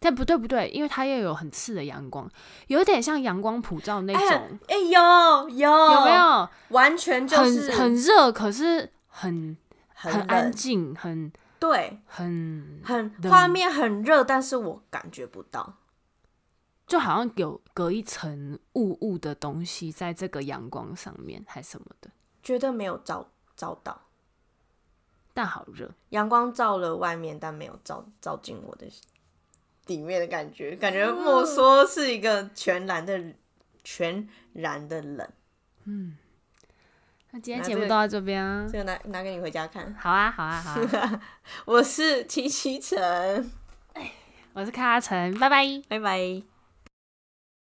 Speaker 1: 但不对不对，因为它又有很刺的阳光，有点像阳光普照那
Speaker 2: 哎呀
Speaker 1: 种，
Speaker 2: 哎、有有有
Speaker 1: 有没？有？
Speaker 2: 完全就是
Speaker 1: 很很热，可是很
Speaker 2: 很
Speaker 1: 很安
Speaker 2: 冷
Speaker 1: 静，很
Speaker 2: 对，
Speaker 1: 很
Speaker 2: 很
Speaker 1: 冷
Speaker 2: 画面很热，但是我感觉不到。
Speaker 1: 就好像有隔一层雾雾的东西在这个阳光上面，还什么的，
Speaker 2: 绝对没有照照到，
Speaker 1: 但好热。
Speaker 2: 阳光照了外面，但没有照照进我的里面的感觉，感觉莫说是一个全然的全然的冷。
Speaker 1: 那今天
Speaker 2: 嗯那
Speaker 1: 节
Speaker 2: 这
Speaker 1: 目
Speaker 2: 个
Speaker 1: 都到这边啊，
Speaker 2: 这个拿拿给你回家看。
Speaker 1: 好啊，好啊，好啊，
Speaker 2: 我是七七晨，
Speaker 1: 我是卡卡晨，拜拜。
Speaker 2: 拜拜。